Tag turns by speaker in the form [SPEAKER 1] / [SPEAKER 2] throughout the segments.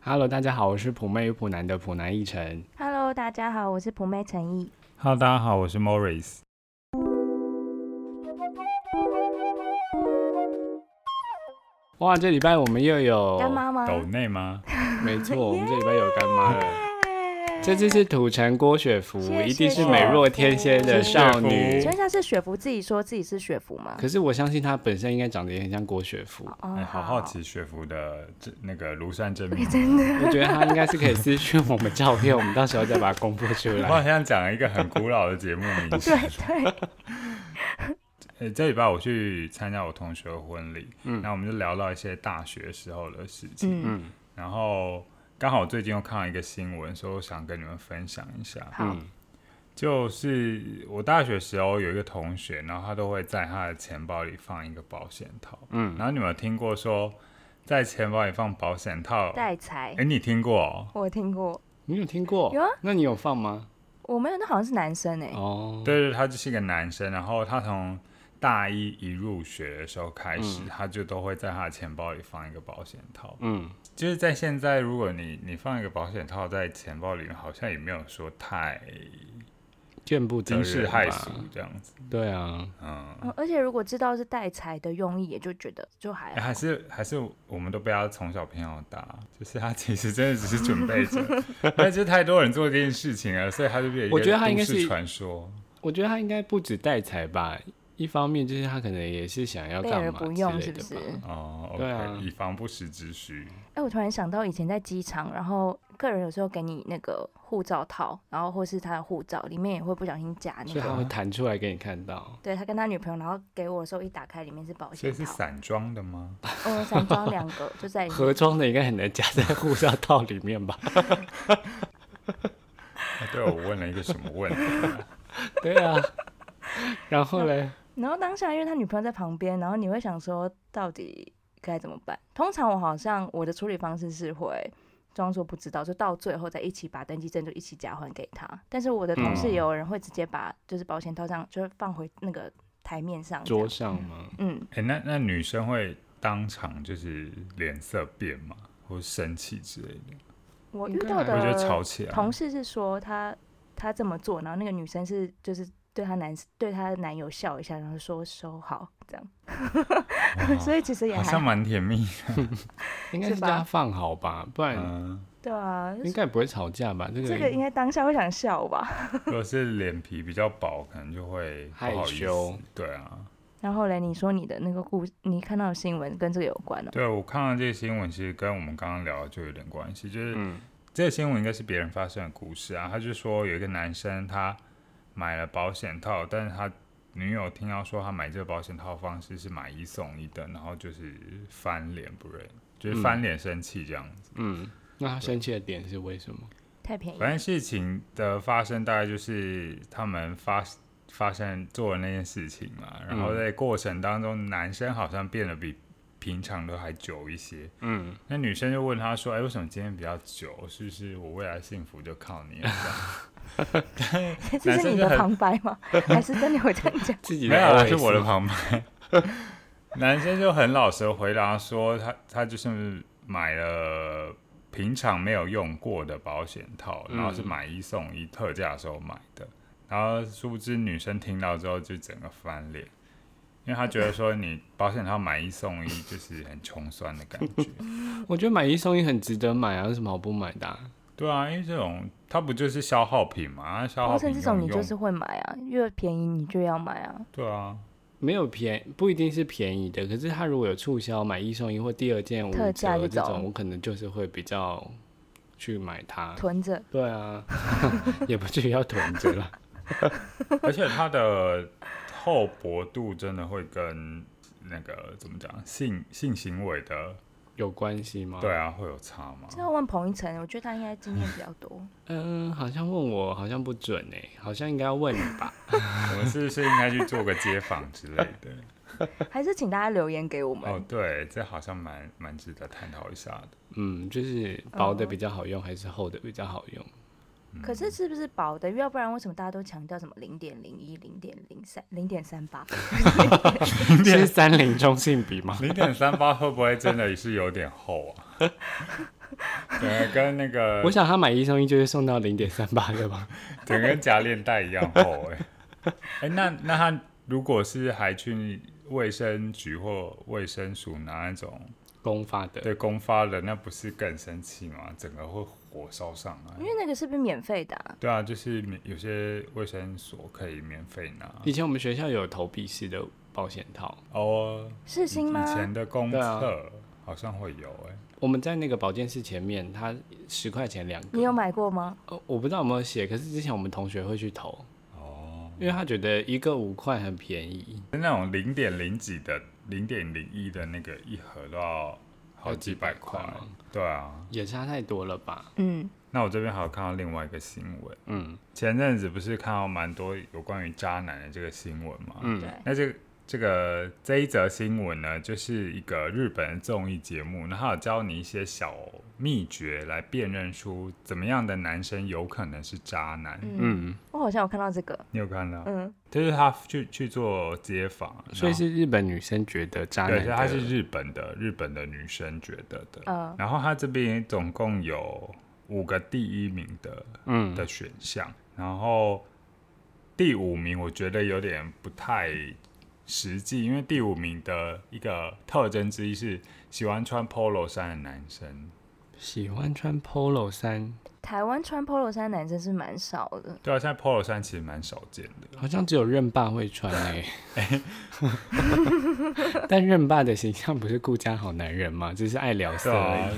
[SPEAKER 1] Hello，大家好，我是普妹与普男的普男一晨。
[SPEAKER 2] Hello，大家好，我是普妹陈毅。
[SPEAKER 3] Hello，大家好，我是 Morris。
[SPEAKER 1] 哇，这礼拜我们又有
[SPEAKER 2] 干妈吗？
[SPEAKER 3] 抖内吗？
[SPEAKER 1] 没 错，我们这礼拜有干妈了。这次是土城郭雪芙，
[SPEAKER 2] 谢谢
[SPEAKER 1] 一定是美若天仙的少
[SPEAKER 3] 谢
[SPEAKER 1] 女
[SPEAKER 3] 谢
[SPEAKER 2] 请。问一下，是雪芙自己说自己是雪芙吗？
[SPEAKER 1] 可是我相信她本身应该长得也很像郭雪芙，
[SPEAKER 2] 哦
[SPEAKER 3] 哎，好好。奇雪芙的这那个庐山真 名。
[SPEAKER 1] 我觉得她应该是可以私讯我们照片，我们到时候再把它公布出
[SPEAKER 3] 我
[SPEAKER 1] 来。
[SPEAKER 3] 好像讲了一个很古老的节目名 字。
[SPEAKER 2] 对对，
[SPEAKER 3] 呃，这礼拜我去参加我同学的婚礼，嗯，那我们就聊到一些大学时候的事情，
[SPEAKER 2] 嗯，
[SPEAKER 1] 嗯，
[SPEAKER 3] 然后刚好我最近又看到一个新闻，所以我想跟你们分享一下。
[SPEAKER 2] 好，
[SPEAKER 1] 嗯
[SPEAKER 3] 就是我大学时候有一个同学，然后他都会在他的钱包里放一个保险套，
[SPEAKER 1] 嗯
[SPEAKER 3] 嗯，然后你们有听过说在钱包里放保险套？哎、
[SPEAKER 2] 代财，
[SPEAKER 3] 你听过、哦？
[SPEAKER 2] 我听过，
[SPEAKER 1] 你有听过？
[SPEAKER 2] 有啊
[SPEAKER 1] 那你有放吗？
[SPEAKER 2] 我没有，那好像是男生哎。
[SPEAKER 1] 哦，
[SPEAKER 3] 对对，他就是一个男生，然后他从大一一入学的时候开始，他就都会在他的钱包里放一个保险套。
[SPEAKER 1] 嗯，
[SPEAKER 3] 就是在现在，如果你你放一个保险套在钱包里面，好像也没有说太
[SPEAKER 1] 见不得
[SPEAKER 3] 惊世
[SPEAKER 1] 人
[SPEAKER 3] 骇
[SPEAKER 1] 吧
[SPEAKER 3] 俗这样子。
[SPEAKER 1] 对啊，
[SPEAKER 3] 嗯，
[SPEAKER 2] 哦而且如果知道是代财的用意，也就觉得就还
[SPEAKER 3] 哎还是还是我们都被他从小培养大，就是他其实真的只是准 备着，但就是太多人做这件事情了，所以他就变成一
[SPEAKER 1] 我
[SPEAKER 3] 个
[SPEAKER 1] 觉得他
[SPEAKER 3] 都
[SPEAKER 1] 应该
[SPEAKER 3] 市
[SPEAKER 1] 是
[SPEAKER 3] 传说。
[SPEAKER 1] 我觉得他应该不止带财吧，一方面就是他可能也是想要
[SPEAKER 2] 备
[SPEAKER 1] 干
[SPEAKER 2] 而
[SPEAKER 1] 嘛
[SPEAKER 2] 不
[SPEAKER 1] 之
[SPEAKER 2] 用，
[SPEAKER 1] 类
[SPEAKER 2] 是不
[SPEAKER 1] 的
[SPEAKER 2] 是？
[SPEAKER 1] 吧
[SPEAKER 3] 哦，OK，、
[SPEAKER 1] 对啊
[SPEAKER 3] 以防不时之需。
[SPEAKER 2] 哎，我突然想到以前在机场，然后客人有时候给你那个护照套，然后或是他的护照里面也会不小心夹那
[SPEAKER 1] 所以他
[SPEAKER 2] 个。
[SPEAKER 1] 会弹出来给你看到。
[SPEAKER 2] 对他跟他女朋友，然后给我的时候一打开，里面是保
[SPEAKER 3] 所
[SPEAKER 2] 险
[SPEAKER 3] 以是
[SPEAKER 2] 套，
[SPEAKER 3] 散装的吗？
[SPEAKER 2] 我嗯想装两个就在里面。
[SPEAKER 1] 盒装的应该很难夹在护照套里面吧？
[SPEAKER 3] 啊对，我问了一个什么问题？
[SPEAKER 1] 对啊。然后嘞，
[SPEAKER 2] 然后当下因为他女朋友在旁边，然后你会想说到底该怎么办？通常我好像我的处理方式是会装作不知道，就到最后再一起把登记证就一起交还给他。但是我的同事也有人会直接把就是保险套上就是放回那个台面上这样
[SPEAKER 1] 桌上吗？
[SPEAKER 2] 嗯，
[SPEAKER 3] 哎、那那女生会当场就是脸色变吗？或生气之类的？
[SPEAKER 2] 我
[SPEAKER 1] 应
[SPEAKER 2] 遇
[SPEAKER 1] 该
[SPEAKER 2] 到
[SPEAKER 1] 还
[SPEAKER 3] 会觉得吵
[SPEAKER 2] 的
[SPEAKER 3] 起来？
[SPEAKER 2] 呃同事是说他他这么做，然后那个女生是就是对她男对她男友笑一下，然后说收好这样，
[SPEAKER 3] 哇
[SPEAKER 2] 所以其实也
[SPEAKER 3] 好
[SPEAKER 2] 还
[SPEAKER 3] 像蛮甜蜜的。
[SPEAKER 1] 应该
[SPEAKER 2] 是
[SPEAKER 1] 是
[SPEAKER 2] 吧
[SPEAKER 1] 叫他放好吧，不然
[SPEAKER 3] 嗯，
[SPEAKER 2] 对啊，
[SPEAKER 1] 应该不会吵架吧？这个
[SPEAKER 2] 这个应该当下会想笑吧。
[SPEAKER 3] 如果是脸皮比较薄，可能就会不
[SPEAKER 1] 害
[SPEAKER 3] 好意
[SPEAKER 1] 羞
[SPEAKER 3] 思。对啊，
[SPEAKER 2] 然后嘞，你说你的那个故，你看到的新闻跟这个有关哦。
[SPEAKER 3] 对我看到这个新闻，其实跟我们刚刚聊的就有点关系，就是
[SPEAKER 1] 嗯
[SPEAKER 3] 这个新闻应该是别人发生的故事啊。他就说有一个男生他买了保险套，但是他女友听到说他买这个保险套的方式是买一送一的，然后就是翻脸不认，就是翻脸生气这样子。
[SPEAKER 1] 嗯，那他生气的点是为什么？
[SPEAKER 2] 太便宜
[SPEAKER 3] 反正事情的发生大概就是他们发发生做了那件事情嘛，然后在过程当中，男生好像变得比平常都还久一些。
[SPEAKER 1] 嗯，
[SPEAKER 3] 那女生就问他说：“哎、为什么今天比较久？是不是我未来幸福就靠你了？”
[SPEAKER 2] 这
[SPEAKER 3] 男
[SPEAKER 2] 是
[SPEAKER 3] 生
[SPEAKER 2] 你
[SPEAKER 3] 就
[SPEAKER 2] 的
[SPEAKER 3] 很
[SPEAKER 2] 旁白吗？ 还是真的有这样 讲？
[SPEAKER 1] 自己
[SPEAKER 3] 没有啦，
[SPEAKER 1] OS
[SPEAKER 3] 是我的旁白。 男生就很老实的回答说他，他就是买了平常没有用过的保险套，
[SPEAKER 1] 嗯
[SPEAKER 3] 然后是买一送一特价的时候买的。然后殊不知女生听到之后就整个翻脸，因为她觉得说你保险套买一送一就是很穷酸的感觉。
[SPEAKER 1] 我觉得买一送一很值得买啊，有什么好不买的啊？
[SPEAKER 3] 对啊，因为这种它不就是消耗品嘛，啊消耗
[SPEAKER 2] 包
[SPEAKER 3] 品
[SPEAKER 2] 成这种
[SPEAKER 3] 用
[SPEAKER 2] 你就
[SPEAKER 3] 用
[SPEAKER 2] 是会买啊，越便宜你就要买啊。
[SPEAKER 3] 对啊，
[SPEAKER 1] 没有便不一定是便宜的，可是他如果有促销买一送一或第二件五
[SPEAKER 2] 特价
[SPEAKER 1] 折
[SPEAKER 2] 这
[SPEAKER 1] 这
[SPEAKER 2] 种
[SPEAKER 1] 种，我可能就是会比较去买它。
[SPEAKER 2] 囤着，
[SPEAKER 1] 对啊， 也不至于要囤着了。
[SPEAKER 3] 而且它的厚薄度真的会跟那个怎么讲性性行为的，
[SPEAKER 1] 有关系吗？
[SPEAKER 3] 对，啊，会有差吗？
[SPEAKER 2] 这要问彭一晨，我觉得他应该经验比较 多。
[SPEAKER 1] 嗯、好像问我好像不准哎、好像应该要问你 吧。
[SPEAKER 3] 我们是不是应该去做个街访之 类的？
[SPEAKER 2] 还是请大家留言给我
[SPEAKER 3] 哦
[SPEAKER 2] 们，，
[SPEAKER 3] 对，这好像蛮蛮值得探讨一下的。
[SPEAKER 1] 嗯，就是薄的比较好用，还是厚的比较好用？
[SPEAKER 3] 嗯
[SPEAKER 2] 可是是不是薄的？要不然为什么大家都强调什么零点零一、零点零三、零点三 八？
[SPEAKER 1] 是三零中性比吗？
[SPEAKER 3] 零点三八会不会真的是有点厚啊？整个跟那个
[SPEAKER 1] 我想他买一送一就是送到零点三八的 吧？
[SPEAKER 3] 整个跟夹链带一样厚哎、哎、那那他如果是还去卫生局或卫生署拿那种
[SPEAKER 1] 公发的，
[SPEAKER 3] 对公发的，那不是更生气吗？整个会火烧上
[SPEAKER 2] 因
[SPEAKER 3] 来。
[SPEAKER 2] 为那个是不是免费的、啊？
[SPEAKER 3] 对啊，就是免有些卫生所可以免费拿
[SPEAKER 1] 以前我们学校有投币式的保险套，
[SPEAKER 3] 哦。
[SPEAKER 2] 是
[SPEAKER 3] 以
[SPEAKER 2] 新吗
[SPEAKER 3] 以？前的公
[SPEAKER 1] 对啊
[SPEAKER 3] 厕好像会有哎、
[SPEAKER 1] 我们在那个保健室前面，它十块钱两
[SPEAKER 2] 你有
[SPEAKER 1] 个。
[SPEAKER 2] 买过吗？
[SPEAKER 1] 呃，我不知道有没有写，可是之前我们同学会去投，
[SPEAKER 3] 哦，
[SPEAKER 1] 因为他觉得一个五块很便宜，
[SPEAKER 3] 那种零点零几的、零点零一的那个一盒都要好几百块
[SPEAKER 1] 要几百块吗。
[SPEAKER 3] 对啊，
[SPEAKER 1] 也差太多了吧？
[SPEAKER 2] 嗯，
[SPEAKER 3] 那我这边还有看到另外一个新闻，
[SPEAKER 1] 嗯
[SPEAKER 3] 前阵子不是看到蛮多有关于渣男的这个新闻嘛？
[SPEAKER 1] 嗯
[SPEAKER 2] 对，
[SPEAKER 3] 那这这个这一则新闻呢，就是一个日本的综艺节目，然后有教你一些小秘诀来辨认出怎么样的男生有可能是渣男。
[SPEAKER 1] 嗯，
[SPEAKER 2] 我好像有看到这个，
[SPEAKER 3] 你有看到？
[SPEAKER 2] 嗯，
[SPEAKER 3] 就是他去去做街访，
[SPEAKER 1] 所以
[SPEAKER 3] 然后
[SPEAKER 1] 是日本女生觉得渣
[SPEAKER 3] 嗯对，
[SPEAKER 1] 男
[SPEAKER 3] 所以她是
[SPEAKER 1] 的
[SPEAKER 3] 日本的日本的女生觉得的。
[SPEAKER 2] 呃，
[SPEAKER 3] 然后他这边总共有五个第一名的
[SPEAKER 1] 嗯
[SPEAKER 3] 的选项，然后第五名我觉得有点不太实际，因为第五名的一个特征之一是喜欢穿 polo 衫的男生。
[SPEAKER 1] 喜欢穿 polo 衫，
[SPEAKER 2] 台湾穿 polo 衫男生是蛮少的，
[SPEAKER 3] 对啊，现在 polo 衫其实蛮少见的。
[SPEAKER 1] 好像只有任爸会穿 哎、但任爸的形象不是顾家好男人嘛，只是爱聊色
[SPEAKER 3] 对啊
[SPEAKER 1] 而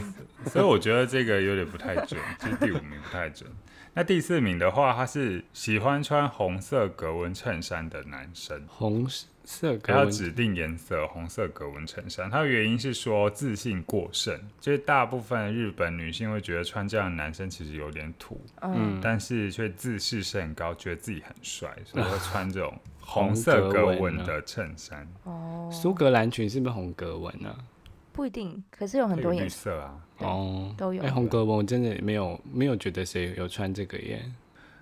[SPEAKER 1] 已。，
[SPEAKER 3] 所以我觉得这个有点不太准， 就是第五名不太准。那第四名的话，他是喜欢穿红色格纹衬衫的男生。
[SPEAKER 1] 红色格
[SPEAKER 3] 他要
[SPEAKER 1] 纹
[SPEAKER 3] 指定颜色红色格纹衬衫，它的原因是说自信过剩，就是大部分日本女性会觉得穿这样的男生其实有点土，
[SPEAKER 2] 嗯，
[SPEAKER 3] 但是却自视甚高，觉得自己很帅，所以会穿这种 红色格纹啊的衬衫，
[SPEAKER 2] 哦，
[SPEAKER 1] 苏格兰裙是不是红格纹啊？
[SPEAKER 2] 不一定，可是有很
[SPEAKER 1] 哎
[SPEAKER 3] 有
[SPEAKER 2] 多
[SPEAKER 3] 绿
[SPEAKER 2] 颜色，
[SPEAKER 3] 色啊。
[SPEAKER 2] 对
[SPEAKER 1] 哦，
[SPEAKER 2] 都有
[SPEAKER 1] 哎、红格纹我真的没有没有觉得谁有穿这个耶。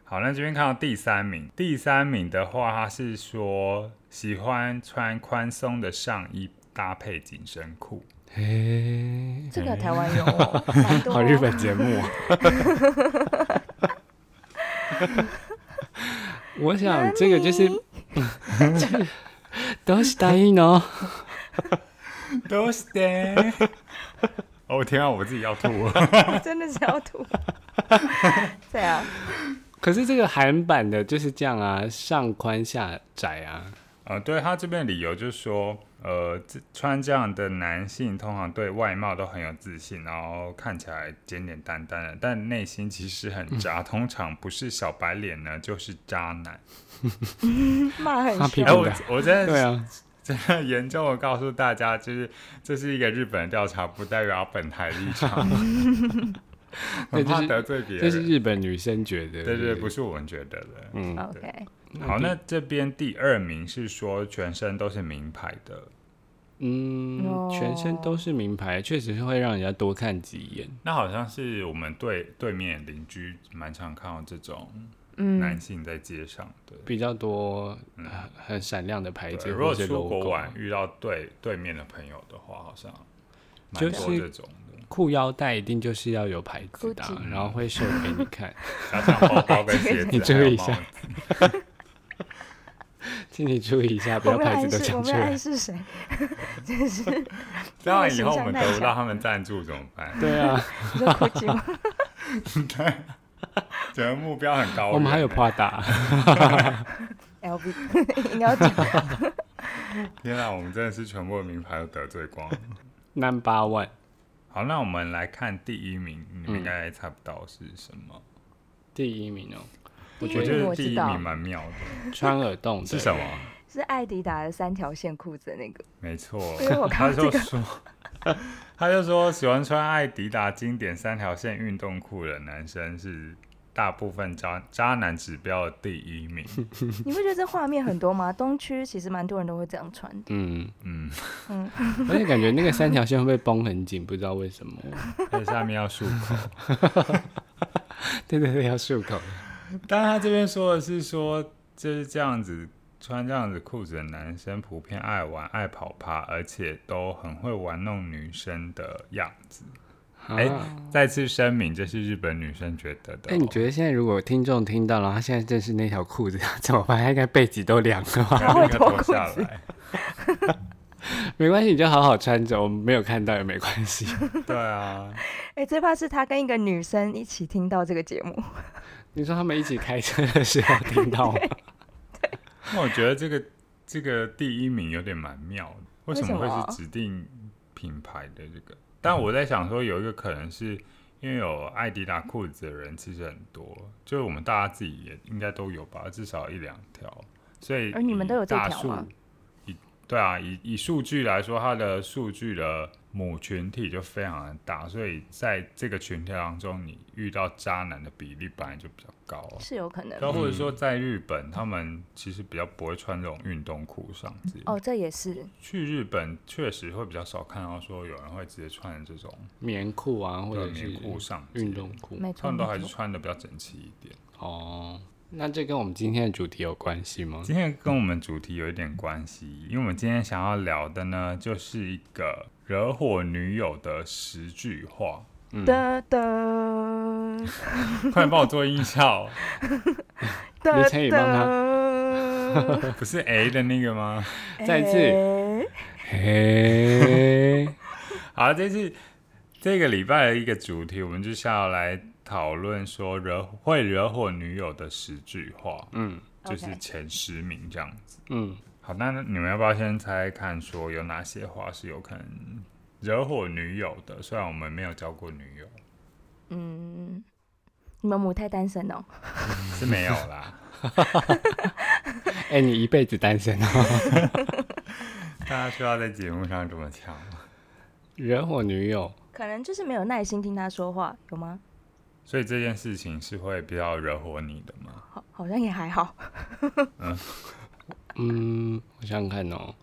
[SPEAKER 3] 好，那这边看到第三名，第三名的话，他是说喜欢穿宽松的上衣搭配紧身 裤，
[SPEAKER 1] 哎、
[SPEAKER 2] 这个台湾有 哦，蛮多哦
[SPEAKER 1] 好日本节目啊。我想这个就是， 都是答应哦。
[SPEAKER 3] 都是的。哦天啊，我自己要吐 了。
[SPEAKER 2] 真的是要 吐，对啊，
[SPEAKER 1] 可是这个韩版的就是这样啊，上宽下窄啊。
[SPEAKER 3] 呃，对他这边的理由就是说，呃，这穿这样的男性通常对外貌都很有自信，然后看起来简简单单的，但内心其实
[SPEAKER 1] 嗯
[SPEAKER 3] 很渣，通常不是小白脸呢，就是渣男。
[SPEAKER 2] 骂很
[SPEAKER 1] 他屁
[SPEAKER 2] 凶
[SPEAKER 3] 哎、
[SPEAKER 1] 股，
[SPEAKER 3] 我我真
[SPEAKER 1] 对
[SPEAKER 3] 的
[SPEAKER 1] 啊，
[SPEAKER 3] 真的严重的告诉大家，就是这是一个日本的调查，不代表本台立 场，
[SPEAKER 1] 对这
[SPEAKER 3] 很怕
[SPEAKER 1] 是
[SPEAKER 3] 得罪别
[SPEAKER 1] 这是
[SPEAKER 3] 人。
[SPEAKER 1] 日本女生觉得。
[SPEAKER 3] 对对，不
[SPEAKER 1] 是。
[SPEAKER 3] 是我们觉得的。
[SPEAKER 1] 嗯，
[SPEAKER 2] ，OK，
[SPEAKER 3] 好，
[SPEAKER 1] 第
[SPEAKER 3] 那这边第二名是说全身都是名牌的，
[SPEAKER 1] 嗯，全身都是名牌，确实是会让人家多看几眼。
[SPEAKER 3] 那好像是我们对对面邻居蛮常看到这种男
[SPEAKER 2] 嗯，
[SPEAKER 3] 性在街上的。
[SPEAKER 1] 比较多、呃很闪亮的牌子，
[SPEAKER 3] 对，如果
[SPEAKER 1] 嗯或是
[SPEAKER 3] 出
[SPEAKER 1] logo
[SPEAKER 3] 国玩遇到对对面的朋友的话，好像蛮
[SPEAKER 1] 就
[SPEAKER 3] 多
[SPEAKER 1] 是
[SPEAKER 3] 这种的，
[SPEAKER 1] 裤腰带一定就是要有牌子的啊、
[SPEAKER 2] Gucci
[SPEAKER 1] 然后会秀给你看。
[SPEAKER 3] 加上包包跟鞋 子，
[SPEAKER 1] 你注意一下
[SPEAKER 3] 还有帽子
[SPEAKER 1] 请你注意一下，不
[SPEAKER 2] 我
[SPEAKER 1] 要
[SPEAKER 2] 没有
[SPEAKER 1] 牌
[SPEAKER 2] 暗
[SPEAKER 1] 子都
[SPEAKER 2] 示，我
[SPEAKER 1] 讲出
[SPEAKER 2] 没有暗
[SPEAKER 1] 来。
[SPEAKER 2] 示谁，
[SPEAKER 3] 这样以后我们
[SPEAKER 2] 那个形象太
[SPEAKER 3] 得不到
[SPEAKER 2] 强
[SPEAKER 3] 他们赞助怎么办？
[SPEAKER 1] 对啊，
[SPEAKER 2] 你说 Gucci 吗？
[SPEAKER 3] 整个目标很高远欸。
[SPEAKER 1] 我们还有 Prada，
[SPEAKER 2] LV 应该要讲，
[SPEAKER 3] 天啊，我们真的是全部的名牌都得罪 光了。
[SPEAKER 1] Number One，
[SPEAKER 3] 好，那我们来看第一名，你们
[SPEAKER 1] 嗯
[SPEAKER 3] 应该猜不到是什么。
[SPEAKER 1] 第一名哦、
[SPEAKER 2] 第一
[SPEAKER 3] 我觉
[SPEAKER 2] 名
[SPEAKER 3] 得
[SPEAKER 2] 嗯我
[SPEAKER 3] 第
[SPEAKER 2] 知
[SPEAKER 3] 一
[SPEAKER 2] 道
[SPEAKER 3] 名蛮妙的，
[SPEAKER 1] 穿耳洞的
[SPEAKER 3] 是什？么？
[SPEAKER 2] 是艾迪达的三条线裤子的那个，
[SPEAKER 3] 没错
[SPEAKER 2] 因哎为我，
[SPEAKER 3] 他
[SPEAKER 2] 看到这
[SPEAKER 3] 就
[SPEAKER 2] 个
[SPEAKER 3] 说， 他就说喜欢穿艾迪达经典三条线运动裤的男生是大部分渣渣男指标的第 一名。
[SPEAKER 2] 你不觉得这画面很多吗？ 东区其实蛮多人都会这样穿的，
[SPEAKER 1] 嗯，
[SPEAKER 3] 嗯，
[SPEAKER 1] 而且感觉那个三条线会被绷很紧，不知道为 什么。
[SPEAKER 3] 在下面要漱口。
[SPEAKER 1] 对对对，要漱口。
[SPEAKER 3] 但他这边说的是说，就是这样子穿这样子裤子的男生普遍爱玩、爱跑趴，而且都很会玩弄女生的样子。哎、
[SPEAKER 1] 啊
[SPEAKER 3] 再次声明，这是日本女生觉得的、
[SPEAKER 1] 哎、你觉得现在如果听众听到了，他现在正是那条裤子，他怎么办？他应该背脊都凉了吧？
[SPEAKER 3] 得
[SPEAKER 2] 会哦脱
[SPEAKER 3] 脱
[SPEAKER 2] 裤
[SPEAKER 3] 下
[SPEAKER 2] 子
[SPEAKER 3] 来？
[SPEAKER 1] 没关系，你就好好穿着，我们没有看到也没关 系。
[SPEAKER 3] 对啊，
[SPEAKER 2] 哎、最怕是他跟一个女生一起听到这个节目，
[SPEAKER 1] 你说他们一起开车的时候听到吗？
[SPEAKER 3] 那我觉得这个这个第一名有点蛮妙的，为什么
[SPEAKER 2] 为什么
[SPEAKER 3] 会是指定品牌的这个？但我在想说，有一个可能是因为有艾迪达裤子的人其实很多，就是我们大家自己也应该都有吧，至少一两条，所以
[SPEAKER 2] 而你们
[SPEAKER 3] 以
[SPEAKER 2] 都有这
[SPEAKER 3] 大
[SPEAKER 2] 条
[SPEAKER 3] 数
[SPEAKER 2] 吗
[SPEAKER 3] 以对啊，以以数据来说，它的数据的母群体就非常的大，所以在这个群体当中，你遇到渣男的比例本来就比较高、啊。
[SPEAKER 2] 是有可能
[SPEAKER 3] 然后
[SPEAKER 1] 嗯
[SPEAKER 3] 或者说在日本，他们其实比较不会穿这种运动裤上街。
[SPEAKER 2] 哦，这也是
[SPEAKER 3] 去日本确实会比较少看到说有人会直接穿这种
[SPEAKER 1] 棉裤啊，或
[SPEAKER 3] 对
[SPEAKER 1] 者是
[SPEAKER 3] 棉裤上街
[SPEAKER 1] 运动，裤。
[SPEAKER 2] 没
[SPEAKER 3] 他
[SPEAKER 2] 错，
[SPEAKER 3] 们都
[SPEAKER 2] 没
[SPEAKER 3] 还是
[SPEAKER 2] 错
[SPEAKER 3] 穿的比较整齐一点。
[SPEAKER 1] 哦，那这跟我们今天的主题有关系吗？
[SPEAKER 3] 今天跟我们主题有一点关系，因为我们今天想要聊的呢，就是一个惹火女友的十句话。
[SPEAKER 2] 哒
[SPEAKER 3] 嗯
[SPEAKER 2] 哒
[SPEAKER 3] 快点帮我做音效，
[SPEAKER 2] 哒
[SPEAKER 1] 你可以帮他
[SPEAKER 2] 他
[SPEAKER 3] 不是 A 的那个吗？
[SPEAKER 1] 再一次
[SPEAKER 2] 哎
[SPEAKER 1] 嘿，
[SPEAKER 3] 好，这是这个礼拜的一个主题，我们就是要来讨论说惹会惹火女友的十句话，
[SPEAKER 1] 嗯
[SPEAKER 3] 就是
[SPEAKER 2] OK
[SPEAKER 3] 前十名这样子。
[SPEAKER 1] 嗯，
[SPEAKER 3] 好，那你们要不要先猜猜看，说有哪些话是有可能惹火女友的？虽然我们没有交过女友，
[SPEAKER 2] 嗯，你们母胎单身哦，
[SPEAKER 3] 是没有啦。
[SPEAKER 1] 哎、你一辈子单身啊？
[SPEAKER 3] 大家需要在节目上这么强吗？
[SPEAKER 1] 惹火女友，
[SPEAKER 2] 可能就是没有耐心听他说话，有吗？
[SPEAKER 3] 所以这件事情是会比较惹火你的吗？
[SPEAKER 2] 好，好像也还好。
[SPEAKER 1] 嗯，我想想看哦，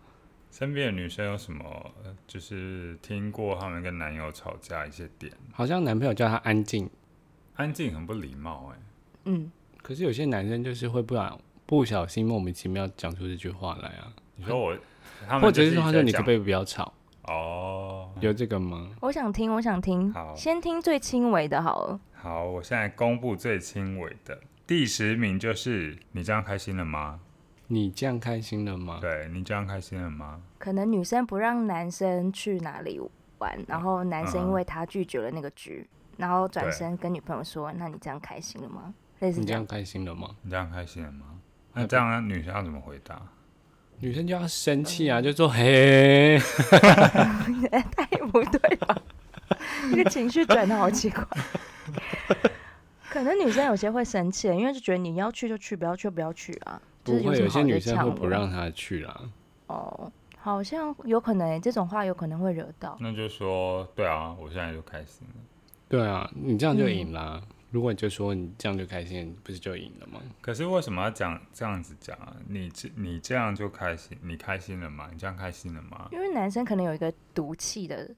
[SPEAKER 3] 身边的女生有什么？呃就是听过她们跟男友吵架一些点，
[SPEAKER 1] 好像男朋友叫她安静，
[SPEAKER 3] 安静很不礼貌哎、
[SPEAKER 2] 嗯，
[SPEAKER 1] 可是有些男生就是会不然不小心莫名其妙讲出这句话来啊，
[SPEAKER 3] 你说我， 他们
[SPEAKER 1] 或者
[SPEAKER 3] 就是
[SPEAKER 1] 他说你可不可
[SPEAKER 3] 以
[SPEAKER 1] 以不要吵，
[SPEAKER 3] 哦。
[SPEAKER 1] 有这个吗？
[SPEAKER 2] 我想听，我想听
[SPEAKER 3] 好，
[SPEAKER 2] 先听最轻微的好了。
[SPEAKER 3] 好，我现在公布最轻微的第十名就是你这样开心了吗？
[SPEAKER 1] 你这样开心了吗？
[SPEAKER 3] 对你这样开心了吗？
[SPEAKER 2] 可能女生不让男生去哪里
[SPEAKER 1] 嗯
[SPEAKER 2] 玩，然后男生因为他拒绝了那个局，然后转身跟女朋友说：“那你这样开心了吗？”类似
[SPEAKER 1] 你这
[SPEAKER 2] 这样
[SPEAKER 1] 样。开心了吗？
[SPEAKER 3] 你这样开心了吗？那这样女生要怎么回答？
[SPEAKER 1] 女生就要生气
[SPEAKER 3] 嗯
[SPEAKER 1] 啊，就说嘿，
[SPEAKER 2] 太不对了，这个情绪转的好奇怪。可能女生有些会生气，因为就觉得你要去就去，不要去就不要去啊。就
[SPEAKER 1] 不
[SPEAKER 2] 是
[SPEAKER 1] 会，有
[SPEAKER 2] 什么
[SPEAKER 1] 些
[SPEAKER 2] 好
[SPEAKER 1] 女
[SPEAKER 2] 再
[SPEAKER 1] 生
[SPEAKER 2] 呛
[SPEAKER 1] 会
[SPEAKER 2] 我
[SPEAKER 1] 不让她去啦。
[SPEAKER 2] 哦，好像有可能欸、这种话有可能会惹到。
[SPEAKER 3] 那就说对啊，我现在就开心了。
[SPEAKER 1] 对啊，你这样就
[SPEAKER 2] 嗯
[SPEAKER 1] 赢啦。如果你就说你这样就开心，不是就赢了吗？
[SPEAKER 3] 可是为什么要讲这样子讲啊？你这你这样就开心，你开心了吗？你这样开心了吗？
[SPEAKER 2] 因为男生可能有一个赌气的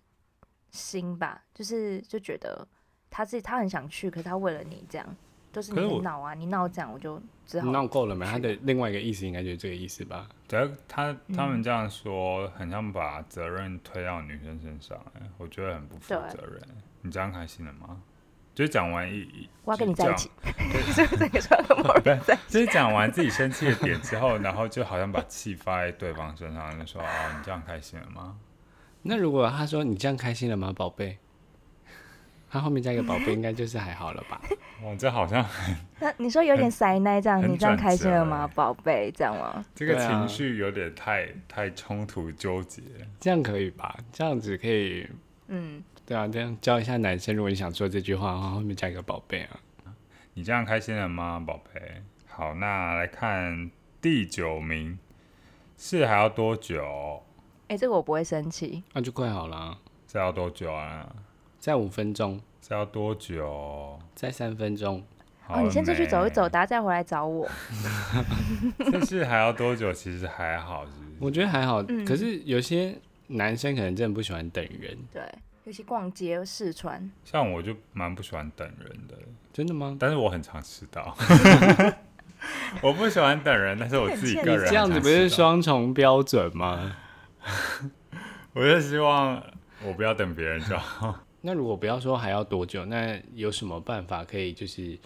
[SPEAKER 2] 心吧，就是就觉得他自己他很想去，可是他为了你这样，就是你
[SPEAKER 3] 可是我
[SPEAKER 2] 很闹啊，你闹这样我就只好
[SPEAKER 1] 闹够了没？她的另外一个意思应该就是这个意思吧？
[SPEAKER 3] 只要他他们这样说，很像把责任推到女生身上、哎，我觉得很不负
[SPEAKER 2] 对
[SPEAKER 3] 责任。你这样开心了吗？就是讲完一，一
[SPEAKER 2] 我要跟你
[SPEAKER 3] 就是
[SPEAKER 2] 在一
[SPEAKER 3] 讲
[SPEAKER 2] 起，所以这个叫跟某人在一起。
[SPEAKER 3] 就是讲完自己生气的点之后，然后就好像把气发在对方身上，就说：“哦，你这样开心了吗
[SPEAKER 1] 那如果她说你这样开心了吗，宝贝？ 她后面加一个宝贝，应该就是还好了吧？？”
[SPEAKER 3] 哇，这好像
[SPEAKER 2] 那你说有点塞奶这样，
[SPEAKER 3] 很
[SPEAKER 2] 你这样开心了吗
[SPEAKER 3] 转折，欸
[SPEAKER 2] 宝贝？这样吗？
[SPEAKER 3] 这个
[SPEAKER 1] 对啊
[SPEAKER 3] 情绪有点太太冲突纠结。
[SPEAKER 1] 这样可以吧？这样子可以，
[SPEAKER 2] 嗯，
[SPEAKER 1] 对啊，这样教一下男生，如果你想说这句话的话，后面加一个宝贝啊。
[SPEAKER 3] 你这样开心了吗，宝贝？好，那来看第九名，是还要多久？
[SPEAKER 2] 哎、这个我不会生气。
[SPEAKER 1] 那、就快好了啊，
[SPEAKER 3] 是要多久啊？
[SPEAKER 1] 再五分钟，
[SPEAKER 3] 是要多久？
[SPEAKER 1] 再三分钟，
[SPEAKER 3] 好
[SPEAKER 2] 哦，你先出去走一走，
[SPEAKER 3] 的。
[SPEAKER 2] 大家再回来找我。
[SPEAKER 3] 但是还要多久？其实还好，是不
[SPEAKER 1] 我
[SPEAKER 3] 是？
[SPEAKER 1] 觉得还好。
[SPEAKER 2] 嗯
[SPEAKER 1] 可是有些男生可能真的不喜欢等人，
[SPEAKER 2] 对，尤其逛街试穿，
[SPEAKER 3] 像我就蛮不喜欢等人的，
[SPEAKER 1] 真的吗？
[SPEAKER 3] 但是我很常迟到。 我不喜欢等人，但是我自己个
[SPEAKER 1] 你
[SPEAKER 3] 人
[SPEAKER 1] 这样子
[SPEAKER 3] 很常迟到
[SPEAKER 1] 不是，双重标准吗？
[SPEAKER 3] 我就希望我不要等别人就好。
[SPEAKER 1] 那如果不要说还要多久，那有什么办法可以就是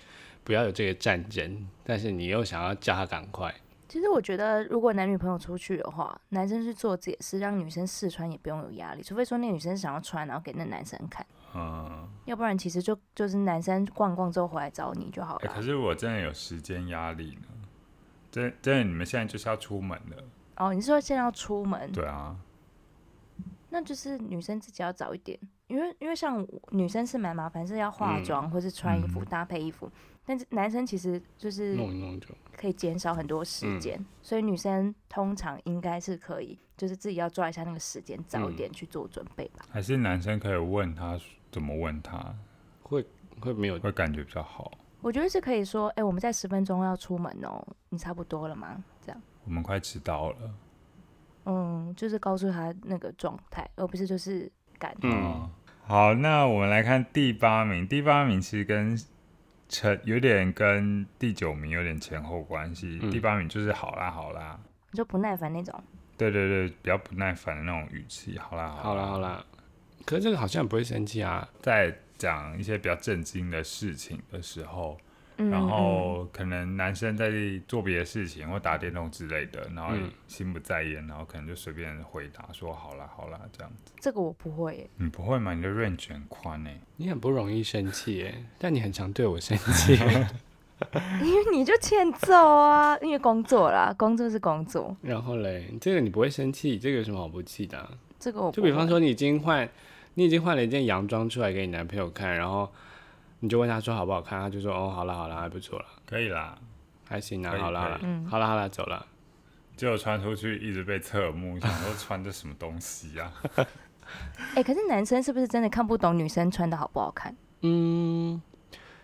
[SPEAKER 1] 不要有这个战争，但是你又想要叫他赶快？
[SPEAKER 2] 其实我觉得，如果男女朋友出去的话，男生去做解释，让女生试穿也不用有压力，除非说那个女生想要穿，然后给那男生看，
[SPEAKER 3] 嗯，
[SPEAKER 2] 要不然其实就就是男生逛逛之后回来找你就好
[SPEAKER 3] 哎、
[SPEAKER 2] 了。
[SPEAKER 3] 可是我真的有时间压力呢。真真的，你们现在就是要出门了，
[SPEAKER 1] 嗯
[SPEAKER 2] 哦，你是说现在要出门？
[SPEAKER 3] 对啊，
[SPEAKER 2] 那就是女生自己要早一点，因为因为像我女生是蛮麻烦，是要化
[SPEAKER 1] 嗯
[SPEAKER 2] 妆或是穿衣服、
[SPEAKER 3] 嗯
[SPEAKER 2] 搭配衣服，但是男生其实就是
[SPEAKER 1] 弄一弄就
[SPEAKER 2] 可以减少很多
[SPEAKER 1] 嗯
[SPEAKER 2] 时间，所以女生通常应该是可以，就是自己要抓一下那个时间，早
[SPEAKER 1] 嗯
[SPEAKER 2] 一点去做准备吧。
[SPEAKER 3] 还是男生可以问他怎么问他，
[SPEAKER 1] 会会没有
[SPEAKER 3] 会感觉比较好。
[SPEAKER 2] 我觉得是可以说，哎、我们在十分钟要出门哦，你差不多了吗？这样，
[SPEAKER 3] 我们快迟到了，
[SPEAKER 2] 嗯，就是告诉他那个状态，而不是就是赶。
[SPEAKER 1] 嗯，
[SPEAKER 3] 好，那我们来看第八名。第八名其实跟成有点跟第九名有点前后关系。
[SPEAKER 1] 嗯
[SPEAKER 3] 第八名就是好啦好啦，
[SPEAKER 2] 就不耐烦那种。
[SPEAKER 3] 对对对，比较不耐烦的那种语气。好啦
[SPEAKER 1] 好
[SPEAKER 3] 啦
[SPEAKER 1] 啦好啦。可是这个好像也不会生气啊，
[SPEAKER 3] 在讲一些比较震惊的事情的时候，
[SPEAKER 2] 嗯，
[SPEAKER 3] 然后可能男生在做别的事情或打电动之类的，然后
[SPEAKER 1] 嗯
[SPEAKER 3] 心不在焉，然后可能就随便回答说好啦好啦这样子。
[SPEAKER 2] 嗯这个我不会耶，
[SPEAKER 3] 你不会吗？你的 range 很宽欸呢、
[SPEAKER 1] 你很不容易生气耶， 但你很常对我生 气。
[SPEAKER 2] 因为你就欠揍啊，因为工作啦，工作是工作，
[SPEAKER 1] 然后嘞，这个你不会生气，这个有什么好不气的啊、
[SPEAKER 2] 这个我不
[SPEAKER 1] 就
[SPEAKER 2] 会
[SPEAKER 1] 比方，说，你已经换，你已经换了一件洋装出来给你男朋友看，然后你就问他说好不好看，他就说哦，好了好了，还不错了，
[SPEAKER 3] 可以啦，
[SPEAKER 1] 还行啊
[SPEAKER 3] 可，以
[SPEAKER 1] 好了好了
[SPEAKER 3] 可
[SPEAKER 2] 以嗯，
[SPEAKER 1] 好了好了，走了。
[SPEAKER 3] 结果穿出去一直被 侧目，想说穿的什么东西啊？
[SPEAKER 2] 哎、可是男生是不是真的看不懂女生穿的好不好看？
[SPEAKER 1] 嗯，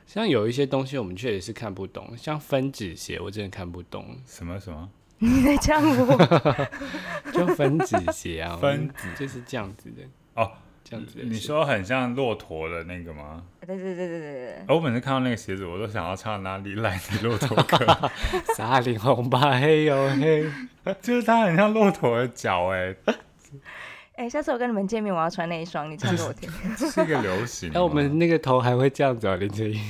[SPEAKER 1] 像有一些东西我们确实是看不懂，像分趾鞋我真的看不懂，
[SPEAKER 3] 什么什么？
[SPEAKER 2] 你在呛我？
[SPEAKER 1] 就分趾鞋 啊，
[SPEAKER 3] 分
[SPEAKER 1] 趾就是这样子的
[SPEAKER 3] 哦，
[SPEAKER 1] 这样子的。
[SPEAKER 3] 你，说很像骆驼的那个吗？
[SPEAKER 2] 对对对对对
[SPEAKER 1] 嗯
[SPEAKER 2] 对
[SPEAKER 3] 哎我每次看到那个鞋子，我都想要唱哪里来的骆驼 歌，
[SPEAKER 1] 啥领红吧嘿哟嘿，
[SPEAKER 3] 就是它很像骆驼的脚，哎，
[SPEAKER 2] 哎、下次我跟你们见面，我要穿那一双，你唱给 我听。
[SPEAKER 3] 是一个流行哦 吗。
[SPEAKER 1] 哎，我们那个头还会这样子哦，林志颖。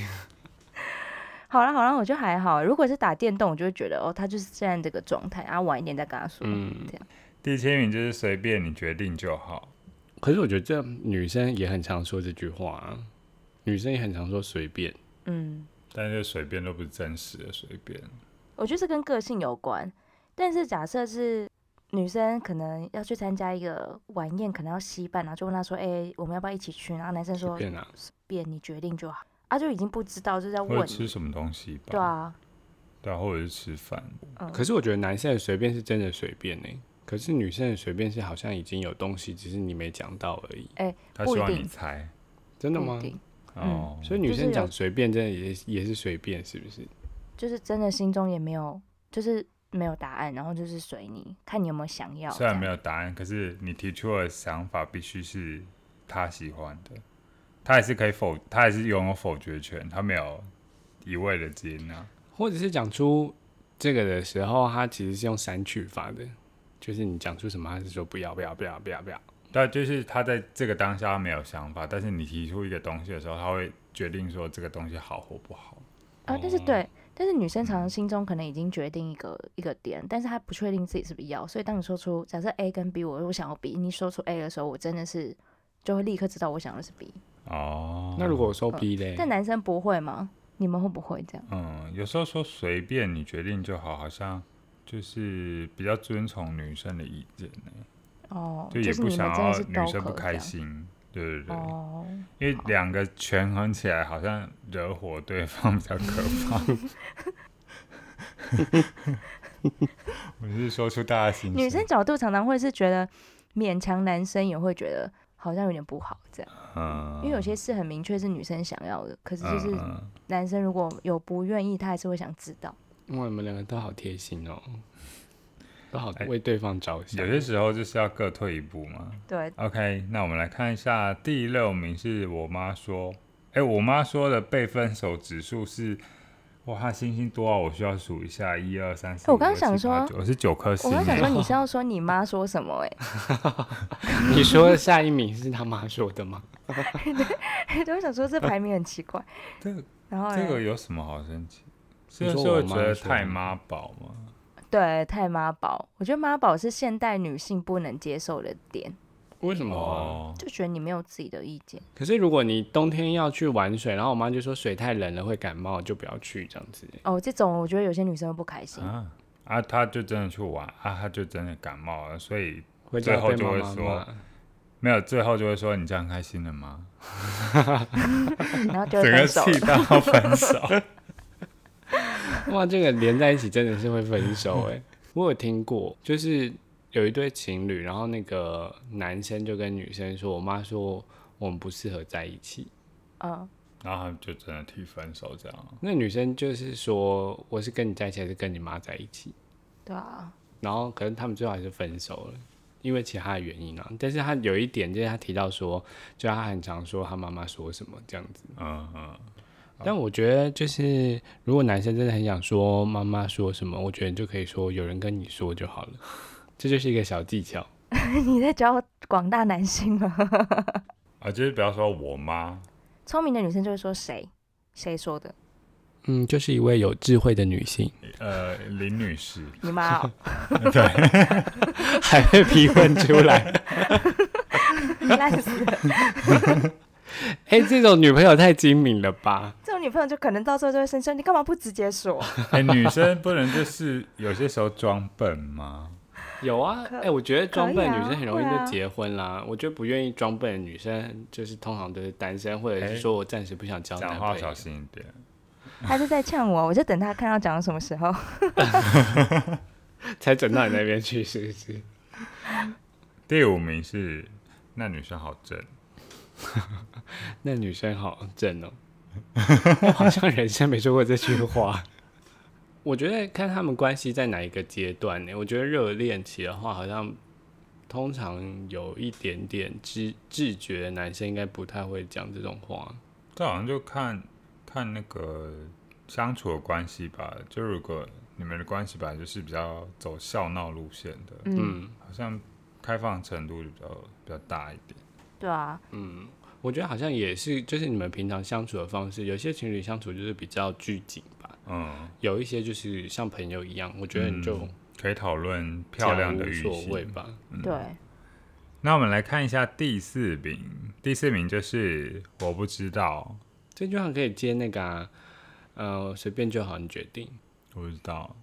[SPEAKER 2] 好了好了，我就还好。如果是打电动，我就会觉得哦，他就是现在这个状态，啊，晚一点再跟他说。
[SPEAKER 1] 嗯
[SPEAKER 2] 这样
[SPEAKER 3] 第七名就是随便你决定就好。
[SPEAKER 1] 可是我觉得这女生也很常说这句话、啊，女生也很常说随便。
[SPEAKER 2] 嗯，
[SPEAKER 3] 但是随便都不是真实的随便，
[SPEAKER 2] 我觉得是跟个性有关。但是假设是女生可能要去参加一个晚宴，可能要惜伴，然后就问他说：“哎、我们要不要一起去？”然后男生
[SPEAKER 1] 随
[SPEAKER 2] 说
[SPEAKER 1] 便啊，：“
[SPEAKER 2] 便你决定就好。”啊，就已经不知道就是在
[SPEAKER 3] 或者
[SPEAKER 2] 问
[SPEAKER 3] 吃什么东西吧，
[SPEAKER 2] 对啊，
[SPEAKER 3] 对啊，或者是吃饭，
[SPEAKER 2] 嗯，
[SPEAKER 1] 可是我觉得男生的随便是真的随便呢、可是女生的随便是好像已经有东西，只是你没讲到而已。
[SPEAKER 3] 他
[SPEAKER 2] 不一
[SPEAKER 3] 希望你
[SPEAKER 2] 定
[SPEAKER 3] 猜
[SPEAKER 1] 真的
[SPEAKER 2] 不一
[SPEAKER 1] 吗？
[SPEAKER 2] 定
[SPEAKER 1] 嗯
[SPEAKER 3] 哦，
[SPEAKER 1] 所以女生讲随便，真的也是也是随便，是不是？
[SPEAKER 2] 就是真的心中也没有，就是没有答案，然后就是随你，看你有没有想要。
[SPEAKER 3] 虽然没
[SPEAKER 2] 有，
[SPEAKER 3] 有答案，可是你提出的想法必须是他喜欢的，他还是可以否，他还是拥有否决权，他没有一味的接纳。
[SPEAKER 1] 或者是讲出这个的时候，他其实是用删去法的，就是你讲出什么，他是说不要不要不要不要不要。
[SPEAKER 3] 但就是他在这个当下他没有想法，但是你提出一个东西的时候，他会决定说这个东西好或不好。
[SPEAKER 2] 啊，但是对，但是女生常常心中可能已经决定一个一个点，但是她不确定自己是不是要，所以当你说出假设 A 跟 B，我我想要 B，你说出 A 的时候，我真的是就会立刻知道我想的是 B。
[SPEAKER 3] 哦，
[SPEAKER 1] 那如果我说 B 嘞，
[SPEAKER 2] 但男生不会吗？你们会不会这样？
[SPEAKER 3] 嗯，有时候说随便你决定就好，好像就是比较遵从女生的意见呢、
[SPEAKER 2] 哦，
[SPEAKER 3] 就也
[SPEAKER 2] 是
[SPEAKER 3] 不
[SPEAKER 2] 你
[SPEAKER 3] 想
[SPEAKER 2] 们真
[SPEAKER 3] 要
[SPEAKER 2] 的是
[SPEAKER 3] 女
[SPEAKER 2] 都
[SPEAKER 3] 生不
[SPEAKER 2] 可这
[SPEAKER 3] 开
[SPEAKER 2] 样。
[SPEAKER 3] 心，对对对。
[SPEAKER 2] 哦，
[SPEAKER 3] 因为两个权衡起来，好像惹火对方比较可怕。 我是说出大家心声。
[SPEAKER 2] 女生角度常常会是觉得勉强男生也会觉得好像有点不好这样，
[SPEAKER 3] 嗯，
[SPEAKER 2] 因为有些事很明确是女生想要的，可是
[SPEAKER 3] 嗯
[SPEAKER 2] 就是
[SPEAKER 3] 嗯
[SPEAKER 2] 男生如果有不愿意，他还是会想知道。
[SPEAKER 1] 哇，你们两个都好贴心哦，都好
[SPEAKER 3] 哎
[SPEAKER 1] 为对方着想。
[SPEAKER 3] 有些时候就是要各退一步嘛。
[SPEAKER 2] 对，
[SPEAKER 3] OK，那我们来看一下第六名是我妈说，哎、我妈说的被分手指数是哇，他星星多啊，我需要数一下，一二三四。
[SPEAKER 2] 我刚想说
[SPEAKER 3] 五六七八九我是九颗星
[SPEAKER 2] 我
[SPEAKER 3] 耶。
[SPEAKER 2] 刚想说，你是 要说你妈说什么、欸？
[SPEAKER 1] 你说下一名是他妈说的吗？
[SPEAKER 2] 哎，我想说这排名很奇怪。
[SPEAKER 3] 这个
[SPEAKER 2] 然后
[SPEAKER 3] 这
[SPEAKER 2] 嘞
[SPEAKER 3] 个有什么好生气？是
[SPEAKER 1] 你
[SPEAKER 3] 是
[SPEAKER 1] 说
[SPEAKER 3] 我
[SPEAKER 1] 我
[SPEAKER 3] 觉
[SPEAKER 1] 妈
[SPEAKER 3] 得
[SPEAKER 1] 说
[SPEAKER 3] 太
[SPEAKER 1] 的
[SPEAKER 3] 妈宝吗？
[SPEAKER 2] 对，太妈宝，我觉得妈宝是现代女性不能接受的点，
[SPEAKER 1] 为什么啊、
[SPEAKER 3] 哦，
[SPEAKER 2] 就觉得你没有自己的意见。
[SPEAKER 1] 可是如果你冬天要去玩水，然后我妈就说水太冷了会感冒，就不要去这样子。
[SPEAKER 2] 哦，这种我觉得有些女生会不开心。
[SPEAKER 3] 啊啊，他就真的去玩啊，他就真的感冒了，所以
[SPEAKER 1] 回
[SPEAKER 3] 最
[SPEAKER 1] 家
[SPEAKER 3] 后
[SPEAKER 1] 被
[SPEAKER 3] 就
[SPEAKER 1] 妈
[SPEAKER 3] 会
[SPEAKER 1] 妈
[SPEAKER 3] 说
[SPEAKER 1] 骂。
[SPEAKER 3] 没有最后就会说你这样开心了吗？
[SPEAKER 2] 然后就
[SPEAKER 3] 整
[SPEAKER 2] 会
[SPEAKER 3] 个
[SPEAKER 2] 分手
[SPEAKER 3] 气到分手。
[SPEAKER 1] 哇，这个连在一起真的是会分手哎、我有听过，就是有一对情侣，然后那个男生就跟女生说：“我妈说我们不适合在一起。
[SPEAKER 2] 嗯，
[SPEAKER 3] 然后他们就真的提分手这样。”
[SPEAKER 1] 那女生就是说：“我是跟你在一起，还是跟你妈在一起
[SPEAKER 2] 对啊，？”
[SPEAKER 1] 然后可能他们最后还是分手了，因为其他的原因啊。但是他有一点就是他提到说，就他很常说他妈妈说什么这样子。
[SPEAKER 3] 嗯嗯，
[SPEAKER 1] 但我觉得就是如果男生真的很想说妈妈说什么，我觉得你就可以说有人跟你说就好了， 这就是一个小技巧。
[SPEAKER 2] 你在教广大男性吗？
[SPEAKER 3] 啊，就是不要说我妈，
[SPEAKER 2] 聪明的女生就会说谁谁说的，
[SPEAKER 1] 嗯，就是一位有智慧的女性，
[SPEAKER 3] 呃，林 女士，
[SPEAKER 2] 你妈、 哦，
[SPEAKER 1] 还被逼问出 来。
[SPEAKER 2] 烂死了！
[SPEAKER 1] 哎、这种女朋友太精明了吧？
[SPEAKER 2] 这种女朋友就可能到时候就会生气，你干嘛不直接说？
[SPEAKER 3] 哎、女生不能就是有些时候装笨吗？
[SPEAKER 1] 有啊，
[SPEAKER 2] 可
[SPEAKER 1] 哎、我觉得装笨
[SPEAKER 2] 可以
[SPEAKER 1] 的
[SPEAKER 2] 啊
[SPEAKER 1] 女生很容易
[SPEAKER 2] 会啊
[SPEAKER 1] 就结婚啦。我觉得不愿意装笨的女生，就是通常都是单身，或者
[SPEAKER 3] 哎
[SPEAKER 1] 是说我暂时不想交男
[SPEAKER 3] 讲话
[SPEAKER 1] 朋友。
[SPEAKER 3] 小心一点。
[SPEAKER 2] 她就在呛我，我就等她看要讲到什么时候。
[SPEAKER 1] 才整到你那边去，是不是？
[SPEAKER 3] 第五名是那女生好正，
[SPEAKER 1] 那女生好正 哦，我好像人生没说过这句话。我觉得看他们关系在哪一个阶段欸呢？我觉得热恋期的话，好像通常有一点点知自觉的男生应该不太会讲这种话。
[SPEAKER 3] 这好像就看看那个相处的关系吧。就如果你们的关系本来就是比较走笑闹路线的，
[SPEAKER 2] 嗯，
[SPEAKER 1] 嗯
[SPEAKER 3] 好像开放程度就比较比较大一点。
[SPEAKER 2] 对啊，
[SPEAKER 1] 嗯，我觉得好像也是，就是你们平常相处的方式，有些情侣相处就是比较拘谨吧，
[SPEAKER 3] 嗯，
[SPEAKER 1] 有一些就是像朋友一样，我觉得你就
[SPEAKER 3] 嗯可以讨论漂
[SPEAKER 1] 讲
[SPEAKER 3] 亮的
[SPEAKER 1] 无
[SPEAKER 3] 语
[SPEAKER 1] 所谓
[SPEAKER 3] 气。
[SPEAKER 1] 吧。
[SPEAKER 3] 嗯
[SPEAKER 2] 对，
[SPEAKER 3] 那我们来看一下第四名，第四名就是我不知道，
[SPEAKER 1] 这句话可以接那个、啊，呃，随便就好，你决定。
[SPEAKER 3] 我不知道，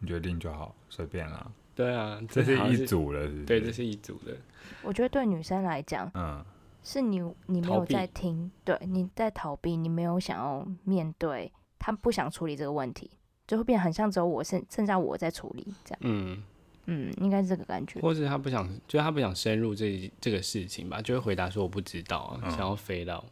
[SPEAKER 3] 你决定就好，随便啦。
[SPEAKER 1] 对啊，
[SPEAKER 3] 这是
[SPEAKER 1] 好像
[SPEAKER 3] 一，组了是不是
[SPEAKER 1] 对，这是一组的。
[SPEAKER 2] 我觉得对女生来讲，
[SPEAKER 3] 嗯，
[SPEAKER 2] 是你你没
[SPEAKER 1] 逃
[SPEAKER 2] 有
[SPEAKER 1] 避
[SPEAKER 2] 在听，对，你在逃避，你没有想要面对，他不想处理这个问题，就会变得很像只有我剩剩下我在处理这样，
[SPEAKER 1] 嗯，
[SPEAKER 2] 嗯，应该是这个感觉。
[SPEAKER 1] 或是他不想，就是他不想深入这一这个事情吧，就会回答说我不知道啊，
[SPEAKER 3] 嗯
[SPEAKER 1] 想要飞到。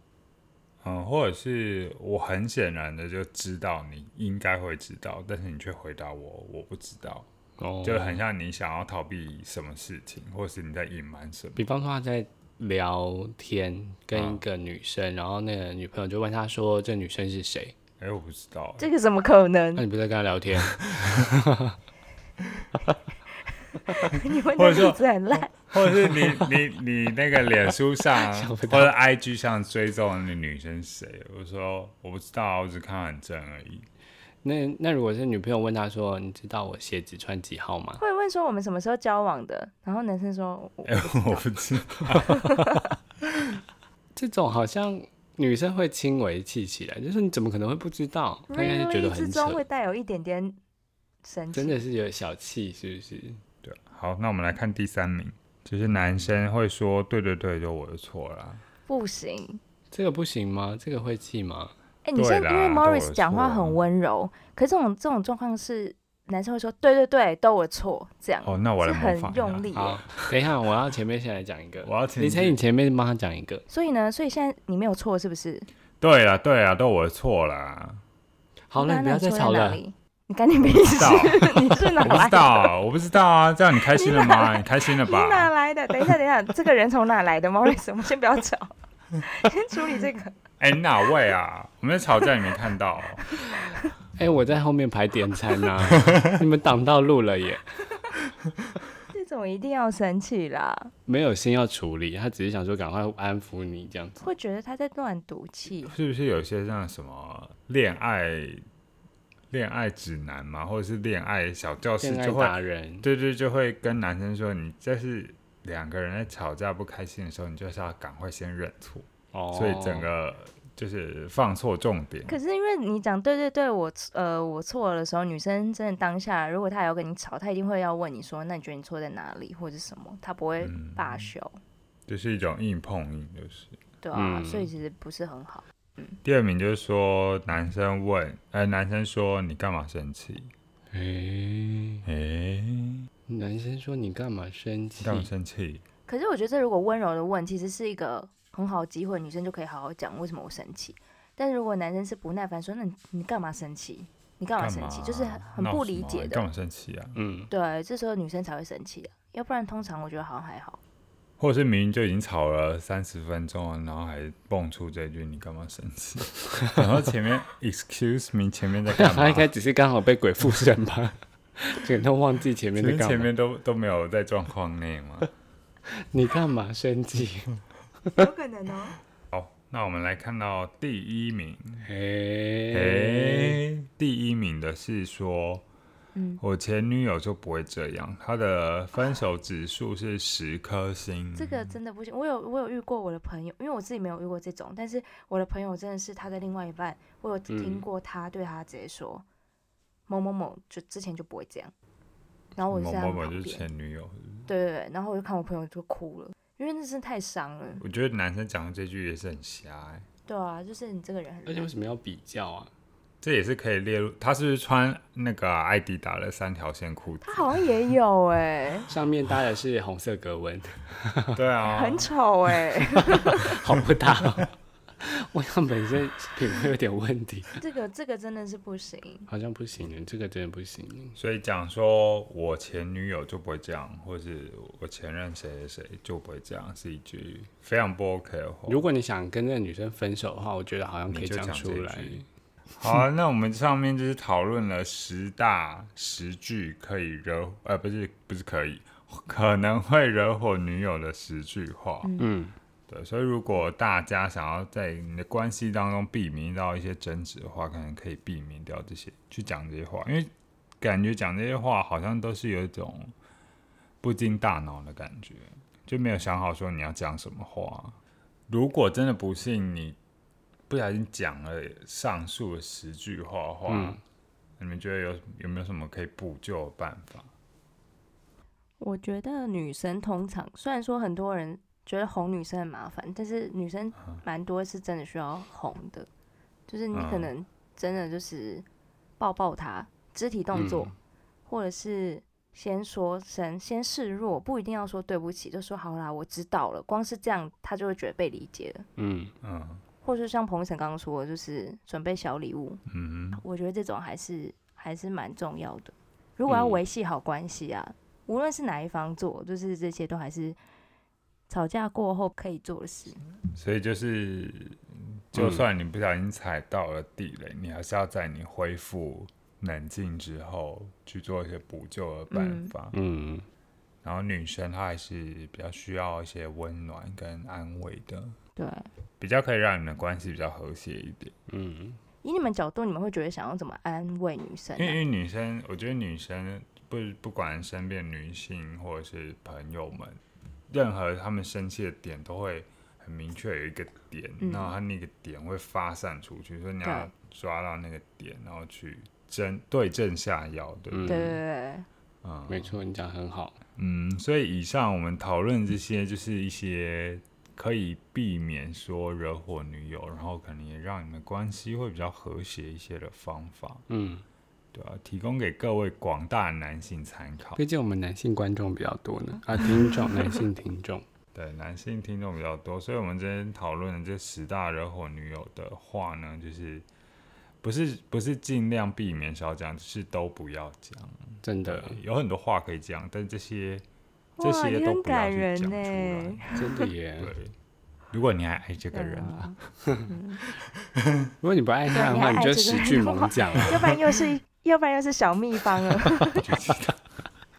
[SPEAKER 3] 嗯，或者是我很显然的就知道你应该会知道，但是你却回答我我不知道，
[SPEAKER 1] 哦
[SPEAKER 3] 就很像你想要逃避什么事情，或是你在隐瞒什么。
[SPEAKER 1] 比方说他在聊天跟一个女生，然后那个女朋友就问他说这女生是谁？
[SPEAKER 3] 哎、我不知道、
[SPEAKER 2] 这个怎么可
[SPEAKER 3] 嗯
[SPEAKER 2] 能
[SPEAKER 1] 那、？
[SPEAKER 3] 哎
[SPEAKER 1] 你不是在跟他聊天？
[SPEAKER 2] 你们
[SPEAKER 3] 或
[SPEAKER 2] 的
[SPEAKER 3] 者说哦
[SPEAKER 2] 例子很烂，
[SPEAKER 3] 或者是你你你那个脸书上
[SPEAKER 1] 想
[SPEAKER 3] 或
[SPEAKER 1] 不到
[SPEAKER 3] 者 IG 上追踪的那女生是谁？我说我不知道啊，我只看她很正而已。
[SPEAKER 1] 那那如果是女朋友问他说你知道我鞋子穿几号吗？
[SPEAKER 2] 会问说我们什么时候交往的，然后男生说我
[SPEAKER 3] 哎、 我不知道。
[SPEAKER 1] 这种好像女生会轻微气起来，就是你怎么可能会不知道？她应该是觉得
[SPEAKER 2] really 之
[SPEAKER 1] 很
[SPEAKER 2] 中会
[SPEAKER 1] 扯，
[SPEAKER 2] 带有一点点神
[SPEAKER 1] 真
[SPEAKER 2] 奇，
[SPEAKER 1] 的是有小气，是不是？
[SPEAKER 3] 对，啊好，那我们来看第三名，就是男生会说对对对，就我的错啦。
[SPEAKER 2] 不行。
[SPEAKER 1] 这个不行吗？这个会气吗？
[SPEAKER 2] 哎、你
[SPEAKER 3] 对
[SPEAKER 2] 现在因为
[SPEAKER 3] 啦都我
[SPEAKER 2] Morris
[SPEAKER 3] 的
[SPEAKER 2] 讲话
[SPEAKER 3] 错啊
[SPEAKER 2] 很温柔，可这种这种状况是男生会说对对对，都我错这样，
[SPEAKER 3] 哦，那我
[SPEAKER 2] 是
[SPEAKER 3] 来模
[SPEAKER 2] 很
[SPEAKER 3] 仿一下
[SPEAKER 2] 用力耶。
[SPEAKER 1] 好，等一下，我要前面先来讲一个。
[SPEAKER 3] 我要请
[SPEAKER 1] 你猜，你前面帮他讲一个。
[SPEAKER 2] 所以呢，所以现在你没有错，是不是？
[SPEAKER 3] 对啦对啦，都我的错啦。
[SPEAKER 1] 好了，
[SPEAKER 2] 那
[SPEAKER 1] 你不要
[SPEAKER 2] 那
[SPEAKER 1] 再
[SPEAKER 2] 错在
[SPEAKER 1] 吵
[SPEAKER 2] 哪
[SPEAKER 1] 了。
[SPEAKER 2] 里。你赶紧闭嘴！ 你是哪
[SPEAKER 3] 我不
[SPEAKER 2] 来的？
[SPEAKER 3] 知道，我不知道啊，这样你开心了吗？你开心了
[SPEAKER 2] 你哪
[SPEAKER 3] 吧？
[SPEAKER 2] 来的？啊等一下，等一下，这个人从哪来的？Morris，我们先不要吵， 先处理这个。
[SPEAKER 3] 哎、你哪位啊？我们在吵架，你没看到哦、
[SPEAKER 1] 哎、我在后面排点餐呐、啊， 你们挡到路了耶！
[SPEAKER 2] 这种一定要生气啦，
[SPEAKER 1] 没有心要处理，他只是想说赶快安抚你这样子。
[SPEAKER 2] 会觉得他在乱赌气。
[SPEAKER 3] 是不是有些像什么恋爱恋爱指南嘛，或者是恋爱小教室
[SPEAKER 1] 恋爱
[SPEAKER 3] 就会，
[SPEAKER 1] 达人，
[SPEAKER 3] 对对，就会跟男生说，你这是两个人在吵架不开心的时候，你就是要赶快先认错，
[SPEAKER 1] 哦，
[SPEAKER 3] 所以整个就是放错重点。
[SPEAKER 2] 可是因为你讲对对对，我错呃我错了的时候，女生真的当下如果她还要跟你吵，她一定会要问你说，那你觉得你错在哪里或者什么，她不会
[SPEAKER 3] 嗯
[SPEAKER 2] 罢休，
[SPEAKER 3] 就是一种硬碰硬，就是。
[SPEAKER 2] 对啊，
[SPEAKER 1] 嗯
[SPEAKER 2] 所以其实不是很好。
[SPEAKER 3] 第二名就是说男生问，呃，男生说你干嘛生气？
[SPEAKER 1] 哎、
[SPEAKER 3] 诶、
[SPEAKER 1] 男生说你干嘛生
[SPEAKER 3] 你
[SPEAKER 1] 气？
[SPEAKER 3] 干嘛生气？
[SPEAKER 2] 可是我觉得这如果温柔的问，其实是一个很好的机会，女生就可以好好讲为什么我生气。但是如果男生是不耐烦说，那你你干嘛生气？你干嘛
[SPEAKER 3] 干
[SPEAKER 2] 生
[SPEAKER 3] 嘛？
[SPEAKER 2] 气？就是很很不理解
[SPEAKER 3] 闹什么你
[SPEAKER 2] 的
[SPEAKER 3] 干。嘛生气啊？
[SPEAKER 1] 嗯，
[SPEAKER 2] 对，这时候女生才会生气啊，要不然通常我觉得好像还好。
[SPEAKER 3] 嗯或者是明明就已经吵了三十分钟了，然后还蹦出这句“你干嘛生气”， 然后前面 “excuse me”，前面在干 嘛
[SPEAKER 1] 他？应该只是刚好被鬼附身吧， 整个都忘记前面
[SPEAKER 3] 前
[SPEAKER 1] 在
[SPEAKER 3] 面
[SPEAKER 1] 干嘛。
[SPEAKER 3] 前面都都没有在状况内嘛。
[SPEAKER 1] 你干嘛生 气？
[SPEAKER 2] 有可能哦。
[SPEAKER 3] 好，那我们来看到第一名，
[SPEAKER 1] 哎、
[SPEAKER 3] 诶、第一名的是说，
[SPEAKER 2] 嗯
[SPEAKER 3] 我前女友就不会这样，她的分手指数是十颗星。
[SPEAKER 2] 这个真的不行。我有我有遇过我的朋友，因为我自己没有遇过这种，但是我的朋友真的是他的另外一半，我有听过他对他直接说、某某某就之前就不会这样，然后我就
[SPEAKER 3] 某
[SPEAKER 2] 在他
[SPEAKER 3] 某
[SPEAKER 2] 们
[SPEAKER 3] 某
[SPEAKER 2] 旁
[SPEAKER 3] 就是
[SPEAKER 2] 边，
[SPEAKER 3] 前女友，
[SPEAKER 2] 对对对，然后我就看我朋友就哭了，因为那真的太伤了。
[SPEAKER 3] 我觉得男生讲的这句也是很瞎哎、
[SPEAKER 2] 对啊，就是你这个人很
[SPEAKER 1] 而且为
[SPEAKER 2] 烂，
[SPEAKER 1] 什么要比较啊？
[SPEAKER 3] 这也是可以列入。他是不是穿那个啊艾迪达的三条线裤子
[SPEAKER 2] 他？好像也 有哎、
[SPEAKER 1] 上面搭的是红色格纹，
[SPEAKER 3] 对啊，
[SPEAKER 2] 很丑哎、
[SPEAKER 1] 好不搭、哦。 我想本身品味有点问题，
[SPEAKER 2] 这个这个真的是不行。
[SPEAKER 1] 好像不行了，这个真的不行。
[SPEAKER 3] 所以讲说我前女友就不会这样，或是我前任谁谁谁就不会这样，是一句非常不 OK 的话。
[SPEAKER 1] 如果你想跟那个女生分手的话，我觉得好像可以
[SPEAKER 3] 你就讲
[SPEAKER 1] 出来
[SPEAKER 3] 这一句。好啊、那我们上面就是讨论了十大十句可以惹，呃，不是不是可以，可能会惹火女友的十句话。
[SPEAKER 1] 嗯，
[SPEAKER 3] 对，所以如果大家想要在你的关系当中避免到一些争执的话，可能可以避免掉这些，去讲这些话，因为感觉讲这些话好像都是有一种不经大脑的感觉，就没有想好说你要讲什么话。如果真的不幸你不小心讲了上述的十句话的话，
[SPEAKER 1] 嗯
[SPEAKER 3] 你们觉得有有没有什么可以补救的办法？
[SPEAKER 2] 我觉得女生通常，虽然说很多人觉得哄女生很麻烦，但是女生
[SPEAKER 1] 啊
[SPEAKER 2] 蛮多是真的需要哄的，就是你可
[SPEAKER 3] 嗯
[SPEAKER 2] 能真的就是抱抱她，肢体动作，
[SPEAKER 1] 嗯
[SPEAKER 2] 或者是先说声先示弱，不一定要说对不起，就说好啦，我知道了。光是这样，她就会觉得被理解了。
[SPEAKER 1] 嗯，
[SPEAKER 3] 嗯
[SPEAKER 2] 或者像彭医生刚刚说的，就是准备小礼物，
[SPEAKER 3] 嗯哼，
[SPEAKER 2] 我觉得这种还是还是蛮重要的。如果要
[SPEAKER 1] 嗯
[SPEAKER 2] 维系好关系啊，无论是哪一方做，就是这些都还是吵架过后可以做的事。
[SPEAKER 3] 所以就是，嗯
[SPEAKER 1] 嗯
[SPEAKER 3] 就算你不小心踩到了地雷，你还是要在你恢复冷静之后去做一些补救的办法。
[SPEAKER 1] 嗯，
[SPEAKER 3] 然后女生她还是比较需要一些温暖跟安慰的，
[SPEAKER 2] 对，
[SPEAKER 3] 比较可以让你们的关系比较和谐一点。
[SPEAKER 1] 嗯，
[SPEAKER 2] 以你们角度，你们会觉得想要怎么安慰女生、
[SPEAKER 3] 因为因
[SPEAKER 2] 啊？
[SPEAKER 3] 为女生，我觉得女生不不管身边女性或者是朋友们，任何她们生气的点都会很明确有一个点，
[SPEAKER 2] 嗯
[SPEAKER 3] 然后她那个点会发散出去，所以你要
[SPEAKER 2] 对
[SPEAKER 3] 抓到那个点，然后去争对症下药，对不对？
[SPEAKER 2] 对对对
[SPEAKER 3] 嗯
[SPEAKER 1] 没错，你讲得很好。
[SPEAKER 3] 嗯，所以以上我们讨论这些，就是一些可以避免说惹火女友，然后可能也让你们关系会比较和谐一些的方法。
[SPEAKER 1] 嗯，
[SPEAKER 3] 对啊，提供给各位广大男性参考。
[SPEAKER 1] 毕竟我们男性观众比较多呢，啊，听众，男性听众。
[SPEAKER 3] 对，男性听众比较多，所以我们今天讨论的这十大惹火女友的话呢，就是不是不是尽量避免少讲，就是都不要讲。
[SPEAKER 1] 真的，
[SPEAKER 3] 有很多话可以讲，但这些
[SPEAKER 2] 对，
[SPEAKER 3] 这
[SPEAKER 2] 啊哇，
[SPEAKER 3] 些
[SPEAKER 2] 你
[SPEAKER 3] 都
[SPEAKER 2] 很
[SPEAKER 3] 不要
[SPEAKER 2] 感
[SPEAKER 3] 去
[SPEAKER 2] 人
[SPEAKER 3] 讲出来。
[SPEAKER 2] 呢。
[SPEAKER 1] 真的耶，
[SPEAKER 3] 对，如果你还爱这个
[SPEAKER 2] 对
[SPEAKER 3] 人啊，
[SPEAKER 2] 啊，
[SPEAKER 1] 如果你不爱
[SPEAKER 2] 对
[SPEAKER 1] 他
[SPEAKER 2] 啊
[SPEAKER 1] 的
[SPEAKER 2] 你
[SPEAKER 1] 话，
[SPEAKER 2] 还
[SPEAKER 1] 你
[SPEAKER 2] 爱
[SPEAKER 1] 就
[SPEAKER 2] 这个
[SPEAKER 1] 十
[SPEAKER 2] 人
[SPEAKER 1] 句
[SPEAKER 2] 的
[SPEAKER 1] 猛
[SPEAKER 2] 话
[SPEAKER 1] 讲啊。
[SPEAKER 2] 要不然又 是要不然又是小秘方了。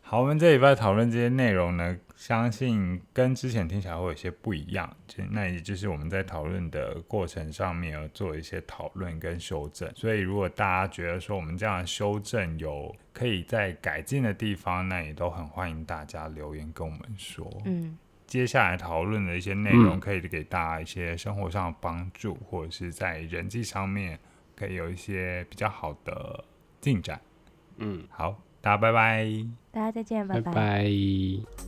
[SPEAKER 3] 好，我们这礼拜讨论这些内容呢，相信跟之前听起来会有些不一样，就那也就是我们在讨论的过程上面有做一些讨论跟修正。所以，如果大家觉得说我们这样的修正有可以在改进的地方，那也都很欢迎大家留言跟我们说。
[SPEAKER 2] 嗯，
[SPEAKER 3] 接下来讨论的一些内容，
[SPEAKER 1] 嗯
[SPEAKER 3] 可以给大家一些生活上的帮助，或者是在人际上面可以有一些比较好的进展。
[SPEAKER 1] 嗯，
[SPEAKER 3] 好，大家拜拜。
[SPEAKER 2] 大家再见，拜
[SPEAKER 1] 拜拜